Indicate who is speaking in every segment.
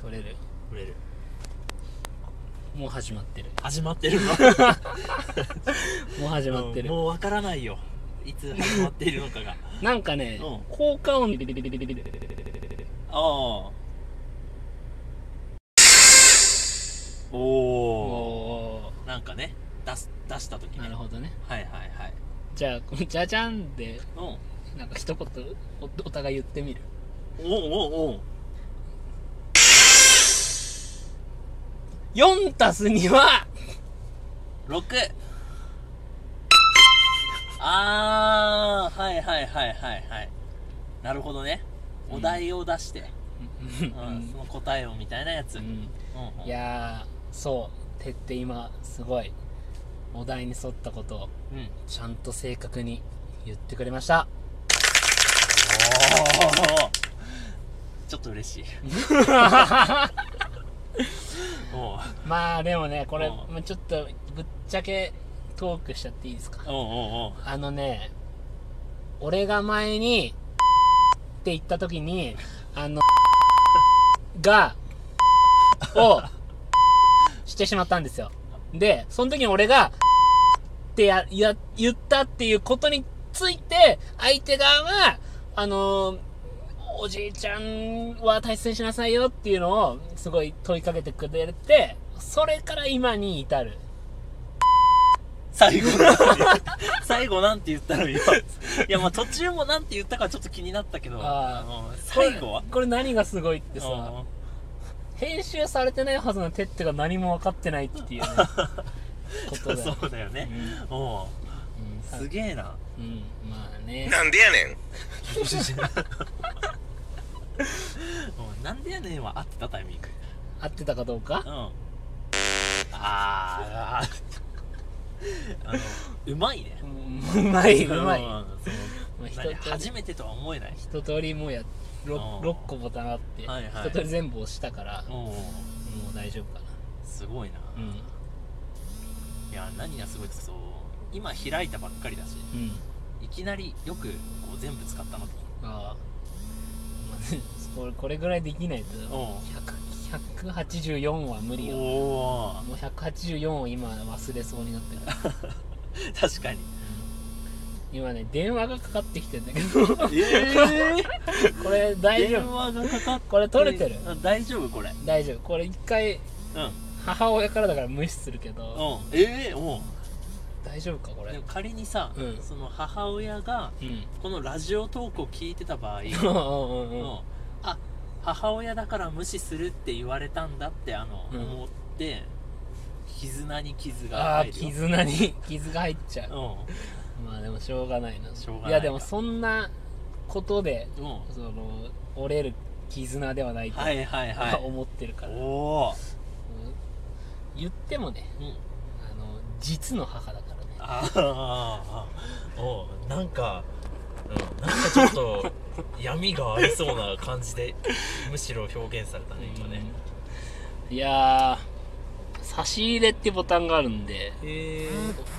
Speaker 1: 取れる
Speaker 2: 売れる
Speaker 1: もう始まってる
Speaker 2: 始まってるの
Speaker 1: もう始まってる
Speaker 2: うんもうわからないよいつ始まっているのかが
Speaker 1: なんかね
Speaker 2: う
Speaker 1: 効果音
Speaker 2: ああお
Speaker 1: お
Speaker 2: お
Speaker 1: お
Speaker 2: なんかね出す出した時
Speaker 1: ー
Speaker 2: ね
Speaker 1: なるほどね
Speaker 2: はいはいはい
Speaker 1: じゃあこの「じゃじゃん」で
Speaker 2: うんお
Speaker 1: なんか一言おお互い言ってみる
Speaker 2: おおお
Speaker 1: 4たす2は
Speaker 2: 六あーはいはいはいはいはいなるほどねお題を出して、
Speaker 1: う
Speaker 2: うん
Speaker 1: ん
Speaker 2: その答えをみたいなやつ、
Speaker 1: う
Speaker 2: うん
Speaker 1: ん
Speaker 2: うん
Speaker 1: いやーそうてって今すごいお題に沿ったことを
Speaker 2: うん、
Speaker 1: ちゃんと正確に言ってくれました
Speaker 2: おおちょっと嬉しいおう
Speaker 1: まあでもねこれ、
Speaker 2: うん
Speaker 1: まあちょっとぶっちゃけトークしちゃっていいですか
Speaker 2: おうおうおう
Speaker 1: あのね俺が前にって言った時にあのがをしてしまったんですよでその時に俺がってやや言ったっていうことについて相手側はあのおじいちゃんは大切にしなさいよっていうのをすごい問いかけてくれてそれから今に至る
Speaker 2: 最後なんて 言う最後なんて言ったの今いやまあ途中もなんて言ったかちょっと気になったけど
Speaker 1: あ
Speaker 2: うん最後は
Speaker 1: これこれ何がすごいってさ、
Speaker 2: うん
Speaker 1: 編集されてないはずのテッテが何も分かってないって いうね、ことだよ
Speaker 2: そうだよね、おう
Speaker 1: うん
Speaker 2: すげえな
Speaker 1: うんうんまあね
Speaker 3: なんでやねん
Speaker 2: うんなんでやねんは合ってたタイミング
Speaker 1: 合ってたかどうか
Speaker 2: うんあああのうまいね
Speaker 1: うんうまいうまい、
Speaker 2: ん
Speaker 1: ま
Speaker 2: そ
Speaker 1: あ、
Speaker 2: の
Speaker 1: 一
Speaker 2: 何
Speaker 1: 通り
Speaker 2: 初めてとは思えない
Speaker 1: 一通りもうや 6,
Speaker 2: うん
Speaker 1: 六個ボタンあって、
Speaker 2: はいはい
Speaker 1: 一通り全部押したから、も
Speaker 2: おう
Speaker 1: う大丈夫かな
Speaker 2: すごいな、
Speaker 1: うん
Speaker 2: いや何がすごいってそう今開いたばっかりだし
Speaker 1: うん
Speaker 2: いきなりよくこう全部使ったなと
Speaker 1: ああまあねこれこれぐらいできないと
Speaker 2: おう
Speaker 1: 100 184は無理よも
Speaker 2: おー
Speaker 1: う184を今忘れそうになってる
Speaker 2: 確かに
Speaker 1: 今ね電話がかかってきてんだけど こ
Speaker 2: ええ
Speaker 1: れ大丈
Speaker 2: 電
Speaker 1: 夫
Speaker 2: 話がかかって
Speaker 1: これ取れてる
Speaker 2: あ大丈夫これ
Speaker 1: 大丈夫これ一回
Speaker 2: うんうん
Speaker 1: 母親からだから無視するけど
Speaker 2: ええおう
Speaker 1: 大丈夫かこれ
Speaker 2: でも仮にさ、
Speaker 1: うん
Speaker 2: その母親が
Speaker 1: うん
Speaker 2: このラジオトークを聞いてた場合
Speaker 1: うんうんうん
Speaker 2: のあ母親だから無視するって言われたんだってあの、
Speaker 1: うん
Speaker 2: 思って絆に傷が
Speaker 1: ああ
Speaker 2: 入るよ
Speaker 1: 絆に傷が入っちゃう
Speaker 2: う
Speaker 1: まあでもしょうがないな
Speaker 2: しょうがない
Speaker 1: いやでもそんなことで
Speaker 2: んうん
Speaker 1: その折れる絆ではないと
Speaker 2: はいはいはい
Speaker 1: 思ってるから、うん
Speaker 2: おお、
Speaker 1: 言ってもね
Speaker 2: うん、
Speaker 1: あの実の母だからね
Speaker 2: ああおうなんか、うん、なんかちょっと闇がありそうな感じ でむしろ表現されたね今ね
Speaker 1: うんいやー差し入れってボタンがあるんで
Speaker 2: へえ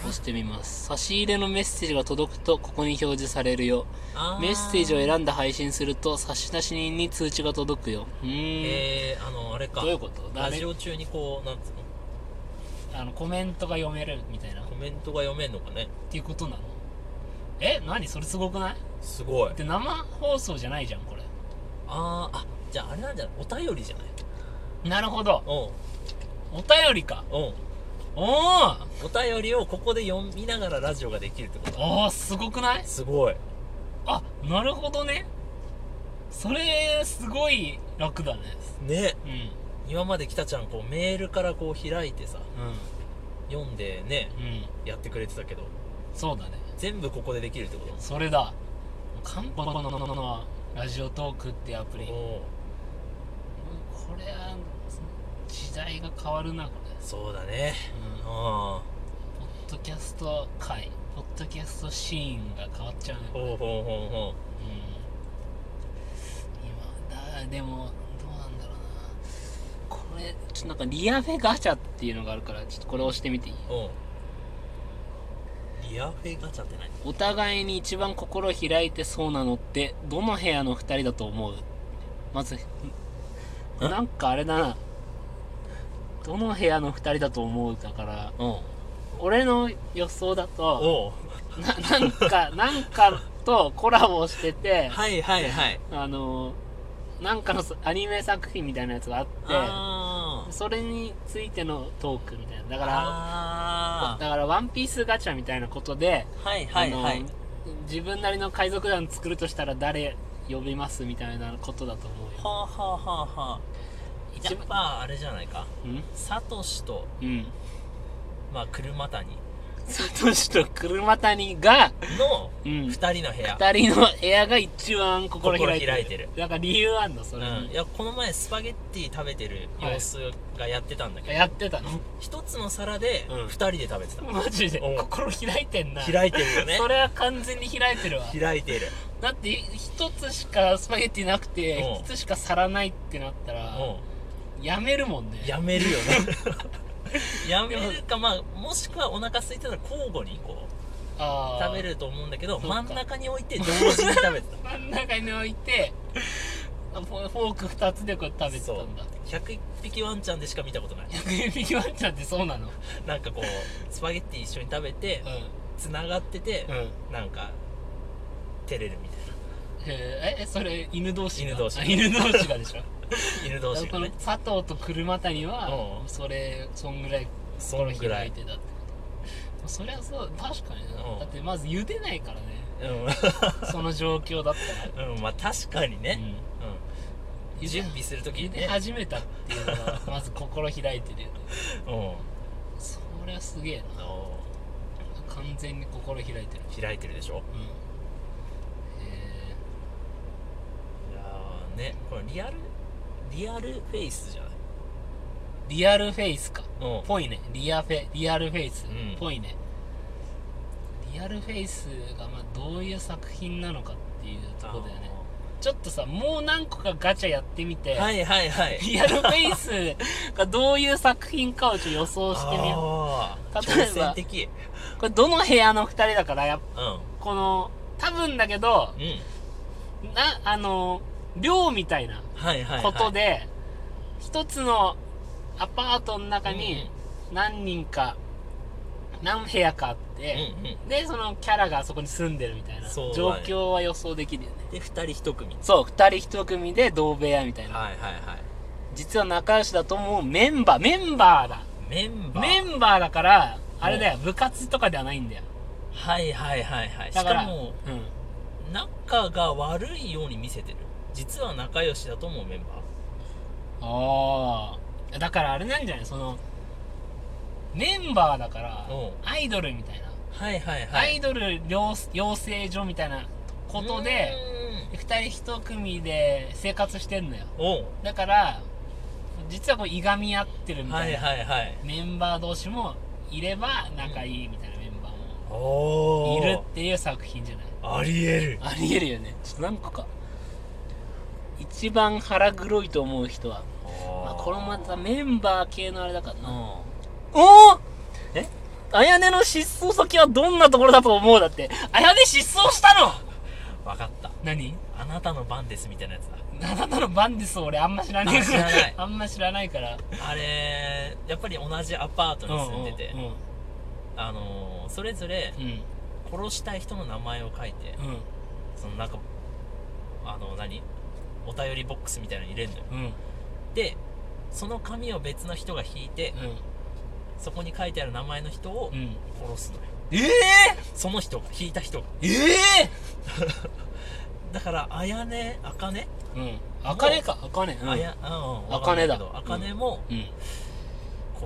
Speaker 1: 押してみます差し入れのメッセージが届くとここに表示されるよメッセージを
Speaker 2: ん
Speaker 1: 選んだ配信すると差出人に通知が届くようーん
Speaker 2: えー、あのあれか
Speaker 1: どういうこと
Speaker 2: ラ
Speaker 1: 誰
Speaker 2: ジオ中にこうなんつうの
Speaker 1: あのコメントが読めるみたいなっ
Speaker 2: コメントが読めんのかね
Speaker 1: ていうことなのえ何それすごくない
Speaker 2: すごい
Speaker 1: で生放送じゃないじゃんこれ
Speaker 2: あーあじゃああれなんじゃないお便りじゃない
Speaker 1: なるほど
Speaker 2: うん
Speaker 1: お便りか
Speaker 2: うん
Speaker 1: おー
Speaker 2: お便りをここで読みながらラジオができるってこと
Speaker 1: おーすごくない
Speaker 2: すごい
Speaker 1: あなるほどねそれすごい楽だね
Speaker 2: ね
Speaker 1: うん
Speaker 2: 今まできたちゃんこうメールからこう開いてさ
Speaker 1: うん
Speaker 2: 読んでね
Speaker 1: うん
Speaker 2: やってくれてたけど
Speaker 1: そうだね
Speaker 2: 全部ここでできるってこと
Speaker 1: それだカンパののラジオトークってアプリこ
Speaker 2: おう
Speaker 1: れは時代が変わるなこれ
Speaker 2: そうだね
Speaker 1: うん
Speaker 2: あ
Speaker 1: ポッドキャスト界ポッドキャストシーンが変わっちゃうね
Speaker 2: あ
Speaker 1: うん
Speaker 2: ほうほうほうほ
Speaker 1: 今だでもどうなんだろうなこれちょっとなんかリアフェガチャっていうのがあるからちょっとこれ押してみていいう
Speaker 2: うんリアフェガチャって何
Speaker 1: お互いに一番心開いてそうなのってどの部屋の2人だと思うまずなんかあれだなどの部屋の2人だと思うだから
Speaker 2: うんお
Speaker 1: 俺の予想だと
Speaker 2: おう
Speaker 1: ななんかなんかとコラボしてて
Speaker 2: はいはいはい
Speaker 1: あのなんかのアニメ作品みたいなやつがあっ
Speaker 2: あ
Speaker 1: て
Speaker 2: ー
Speaker 1: それについてのトークみたいなだから
Speaker 2: あ
Speaker 1: だから「ワンピースガチャみたいなことで、
Speaker 2: ーはいはいはい
Speaker 1: あの自分なりの海賊団作るとしたら誰呼びますみたいなことだと思うよ
Speaker 2: はあはあはあはあや
Speaker 1: 一
Speaker 2: っ
Speaker 1: 番
Speaker 2: ぱあれじゃないか
Speaker 1: うん
Speaker 2: サトシと
Speaker 1: うん
Speaker 2: まあ車谷
Speaker 1: サトシと車谷が、
Speaker 2: の
Speaker 1: うん、
Speaker 2: 2
Speaker 1: 2
Speaker 2: 人の部屋
Speaker 1: 人の部屋が一番心開いてる
Speaker 2: 心開いてる
Speaker 1: なんか理由あんのそれ
Speaker 2: うん、い
Speaker 1: に、
Speaker 2: やこの前スパゲッティ食べてる様子がやってたんだけど、
Speaker 1: やってたの
Speaker 2: 一つの皿で
Speaker 1: うん
Speaker 2: 2人で食べてた、
Speaker 1: マジで
Speaker 2: うん
Speaker 1: 心開いてんな
Speaker 2: 開いてるよね
Speaker 1: それは完全に開いてるわ
Speaker 2: 開いてる
Speaker 1: だって一つしかスパゲッティなくて
Speaker 2: うん
Speaker 1: 一つしか皿ないってなったら
Speaker 2: う
Speaker 1: やめるもんね
Speaker 2: んやめ るよねやめるかまあもしくはお腹空いてたら交互にこう
Speaker 1: あー
Speaker 2: 食べると思うんだけど
Speaker 1: そうか
Speaker 2: 真ん中に置いて同時に食べてた
Speaker 1: 真ん中に置いてあフォフォーク2つでこう食べてたんだ
Speaker 2: 101匹ワンちゃんでしか見た ことない
Speaker 1: 100匹ワンちゃんって そうなの
Speaker 2: なんかこうスパゲッティ一緒に食べて
Speaker 1: う
Speaker 2: つながってて
Speaker 1: ん、うん、
Speaker 2: なんか照れるみたい
Speaker 1: えーえそれ犬同士が
Speaker 2: 犬同士
Speaker 1: あ犬同士がでしょ
Speaker 2: な 犬同士
Speaker 1: こ
Speaker 2: が
Speaker 1: の
Speaker 2: ね
Speaker 1: 佐藤と車谷は
Speaker 2: うん
Speaker 1: それそんぐらい
Speaker 2: そ
Speaker 1: 心
Speaker 2: のぐら
Speaker 1: 開い
Speaker 2: い
Speaker 1: てたってことそりゃそう確かに
Speaker 2: う
Speaker 1: なんだってまず茹でないからね
Speaker 2: う
Speaker 1: その状況だったら
Speaker 2: ん、うん、まあ確かにね、うん、
Speaker 1: ゆ
Speaker 2: 準備するとき
Speaker 1: 茹
Speaker 2: に
Speaker 1: で
Speaker 2: ね、
Speaker 1: 始めたっていうのがまず心開いてるよね
Speaker 2: うん、
Speaker 1: そりゃすげえな
Speaker 2: あの
Speaker 1: 完全に心開いてる
Speaker 2: 開いてるでしょ
Speaker 1: うんえ
Speaker 2: いやーねこれリアルリアルフェイスじゃな
Speaker 1: ー
Speaker 2: い
Speaker 1: リアルフェイスか
Speaker 2: うん
Speaker 1: ぽいねリアフェリアルフェイス
Speaker 2: うん
Speaker 1: ぽいね、リアルフェイスがまあどういう作品なのかっていうとこだよねちょっとさもう何個かガチャやってみて、
Speaker 2: はいはいはい
Speaker 1: リアルフェイスがどういう作品かをちょっと予想してみよ
Speaker 2: あー
Speaker 1: 例えば
Speaker 2: 挑戦的
Speaker 1: うこれどの部屋の2人だからやっぱ
Speaker 2: うん
Speaker 1: この多分だけど
Speaker 2: うん
Speaker 1: なあの寮みたいな
Speaker 2: はいはいはい
Speaker 1: ことで一、つのアパートの中に何人か、何部屋かあっ
Speaker 2: うん
Speaker 1: て、
Speaker 2: うんうん
Speaker 1: でそのキャラがそこに住んでるみたいな
Speaker 2: そ
Speaker 1: 状
Speaker 2: う
Speaker 1: 況は予想できるよね
Speaker 2: で二人一組
Speaker 1: そう2人1組で同部屋みたいな、
Speaker 2: はいはいはい
Speaker 1: 実は仲良しだと思うメンバーメンバーだ
Speaker 2: メンバー
Speaker 1: メンバーだからあれだよ部活とかではないんだよ
Speaker 2: はいはいはいはい
Speaker 1: だか
Speaker 2: しからも
Speaker 1: うん
Speaker 2: 仲が悪いように見せてる実は仲良しだと思うメンバー
Speaker 1: ああだからあれなんじゃないそのメンバーだから
Speaker 2: うん
Speaker 1: アイドルみたいな
Speaker 2: はいはいは
Speaker 1: ア
Speaker 2: い
Speaker 1: イドル養養成所みたいなことで2人1組で生活してんのよ
Speaker 2: うーんおう
Speaker 1: だから実はこういがみ合ってるみ
Speaker 2: は
Speaker 1: たい
Speaker 2: い
Speaker 1: な、
Speaker 2: はいはい
Speaker 1: メンバー同士もいれば仲いいみたいなメンバー
Speaker 2: お
Speaker 1: も
Speaker 2: お
Speaker 1: いるっていう作品じゃない
Speaker 2: ありえる
Speaker 1: ありえるよねちょっと何個か一番腹黒いと思う人はまあ、これもまたメンバー系のあれだからな、おお
Speaker 2: え
Speaker 1: あやねの失踪先はどんなところだと思うだってあやね失踪したの
Speaker 2: 分かった
Speaker 1: 何
Speaker 2: あなたの番ですみたいなやつだ
Speaker 1: あなたの番です俺あんま知らないから
Speaker 2: あ知らない
Speaker 1: あんま知らないから
Speaker 2: あれやっぱり同じアパートに住んでて
Speaker 1: うんうん
Speaker 2: あのーそれぞれ
Speaker 1: うん
Speaker 2: 殺したい人の名前を書いて
Speaker 1: うん
Speaker 2: そのなんかあの何お便りボックスみたいなのに入れるのよ
Speaker 1: うん
Speaker 2: でその紙を別の人が引いてそこに書いてある名前の人を
Speaker 1: うんうん
Speaker 2: 殺すのよ
Speaker 1: ええ
Speaker 2: その人が引いた人が
Speaker 1: ええ
Speaker 2: だからあやねあかね
Speaker 1: うんあかねかあかねうん
Speaker 2: あやうん
Speaker 1: あかねだ
Speaker 2: あかねも
Speaker 1: うん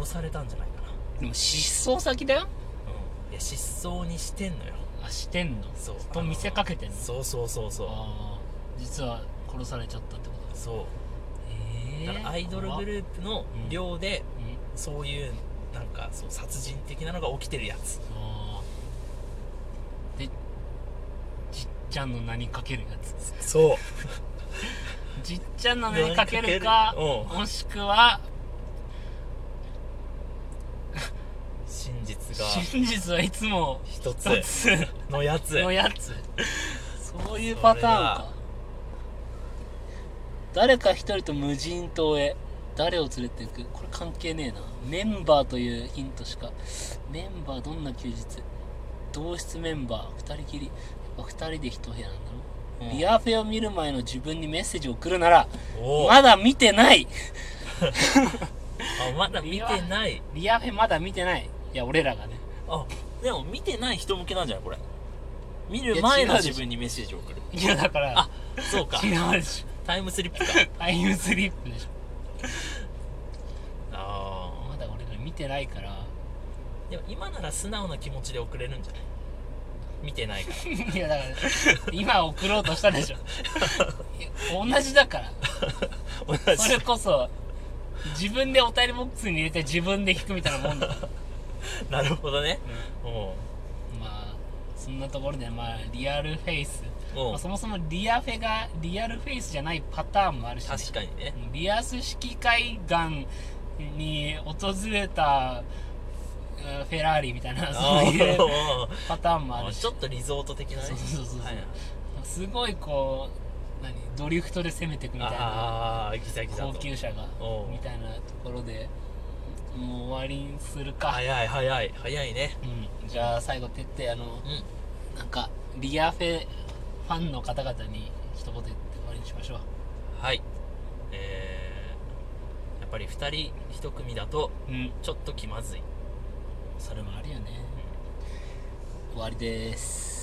Speaker 2: 殺されたんじゃないかな
Speaker 1: でも失踪先だよ
Speaker 2: うんいや失踪にしてんのよ
Speaker 1: あしてんの
Speaker 2: そう
Speaker 1: と見せかけてんの
Speaker 2: そうそうそうそ
Speaker 1: あー実は殺されちゃったってこと
Speaker 2: うそ
Speaker 1: え
Speaker 2: うだからアイドルグ
Speaker 1: ー
Speaker 2: ループの
Speaker 1: うん
Speaker 2: 寮で
Speaker 1: プうん
Speaker 2: そういうなんかそう殺人的なのが起きてるやつ
Speaker 1: あーでじっちゃんの名にかけるやつ
Speaker 2: そう
Speaker 1: じっちゃんの名にかけるか
Speaker 2: うん
Speaker 1: もしくは
Speaker 2: 真実が
Speaker 1: 真実はいつも
Speaker 2: 一つ
Speaker 1: 一つ
Speaker 2: のやつ
Speaker 1: のやつそういうパターンか誰か一人と無人島へ誰を連れていくこれ関係ねえなメンバーというヒントしかメンバーどんな休日同室メンバー二人きりやっぱ二人で一部屋なんだろ、
Speaker 2: うん
Speaker 1: ビアフェを見る前の自分にメッセージを送るなら
Speaker 2: おお
Speaker 1: まだ見てない
Speaker 2: あまだ見てない
Speaker 1: ビアフェまだ見てないいや俺らがね
Speaker 2: あでも見てない人向けなんじゃないこれ見る前の自分にメッセージを送る
Speaker 1: いやだから
Speaker 2: あそうか
Speaker 1: 違うでしょ
Speaker 2: タイムスリップか
Speaker 1: タイムスリップでしょ
Speaker 2: あ
Speaker 1: まだ俺ら見てないから
Speaker 2: ーでも今なら素直な気持ちで送れるんじゃない見てないか
Speaker 1: いやだから今送ろうとしたでし ょいや同じだから
Speaker 2: ら 同
Speaker 1: そ
Speaker 2: じ
Speaker 1: れこそ自分でお便りボックスに入れて自分で引くみたいなもんだ、
Speaker 2: なるほどねおう
Speaker 1: まあそんなところでまあリアルフェイス、
Speaker 2: お
Speaker 1: ま
Speaker 2: う
Speaker 1: あそもそもリアフェがリアルフェイスじゃないパターンもあるし、ね、
Speaker 2: 確かにね
Speaker 1: リアス式海岸に訪れたうんフェラーリみたいな
Speaker 2: あ
Speaker 1: そう いう
Speaker 2: ー
Speaker 1: パターンもあ
Speaker 2: あ
Speaker 1: るし
Speaker 2: ちょっとリゾート的なね
Speaker 1: そうそうそうそう
Speaker 2: はいはい
Speaker 1: すごいこう何ドリフトで攻めていくみたいな
Speaker 2: ああギザギザと
Speaker 1: 高級車が
Speaker 2: おう
Speaker 1: みたいなところでもう終わりにするか、
Speaker 2: 早い早い早いね
Speaker 1: うん、じゃあ最後てってあの
Speaker 2: うん
Speaker 1: なんかリアフェファンの方々に一言言って終わりにしましょう
Speaker 2: はいえー、やっぱり2人1組だと
Speaker 1: うん
Speaker 2: ちょっと気まずいそれもあ
Speaker 1: あ
Speaker 2: り
Speaker 1: るよね終わりです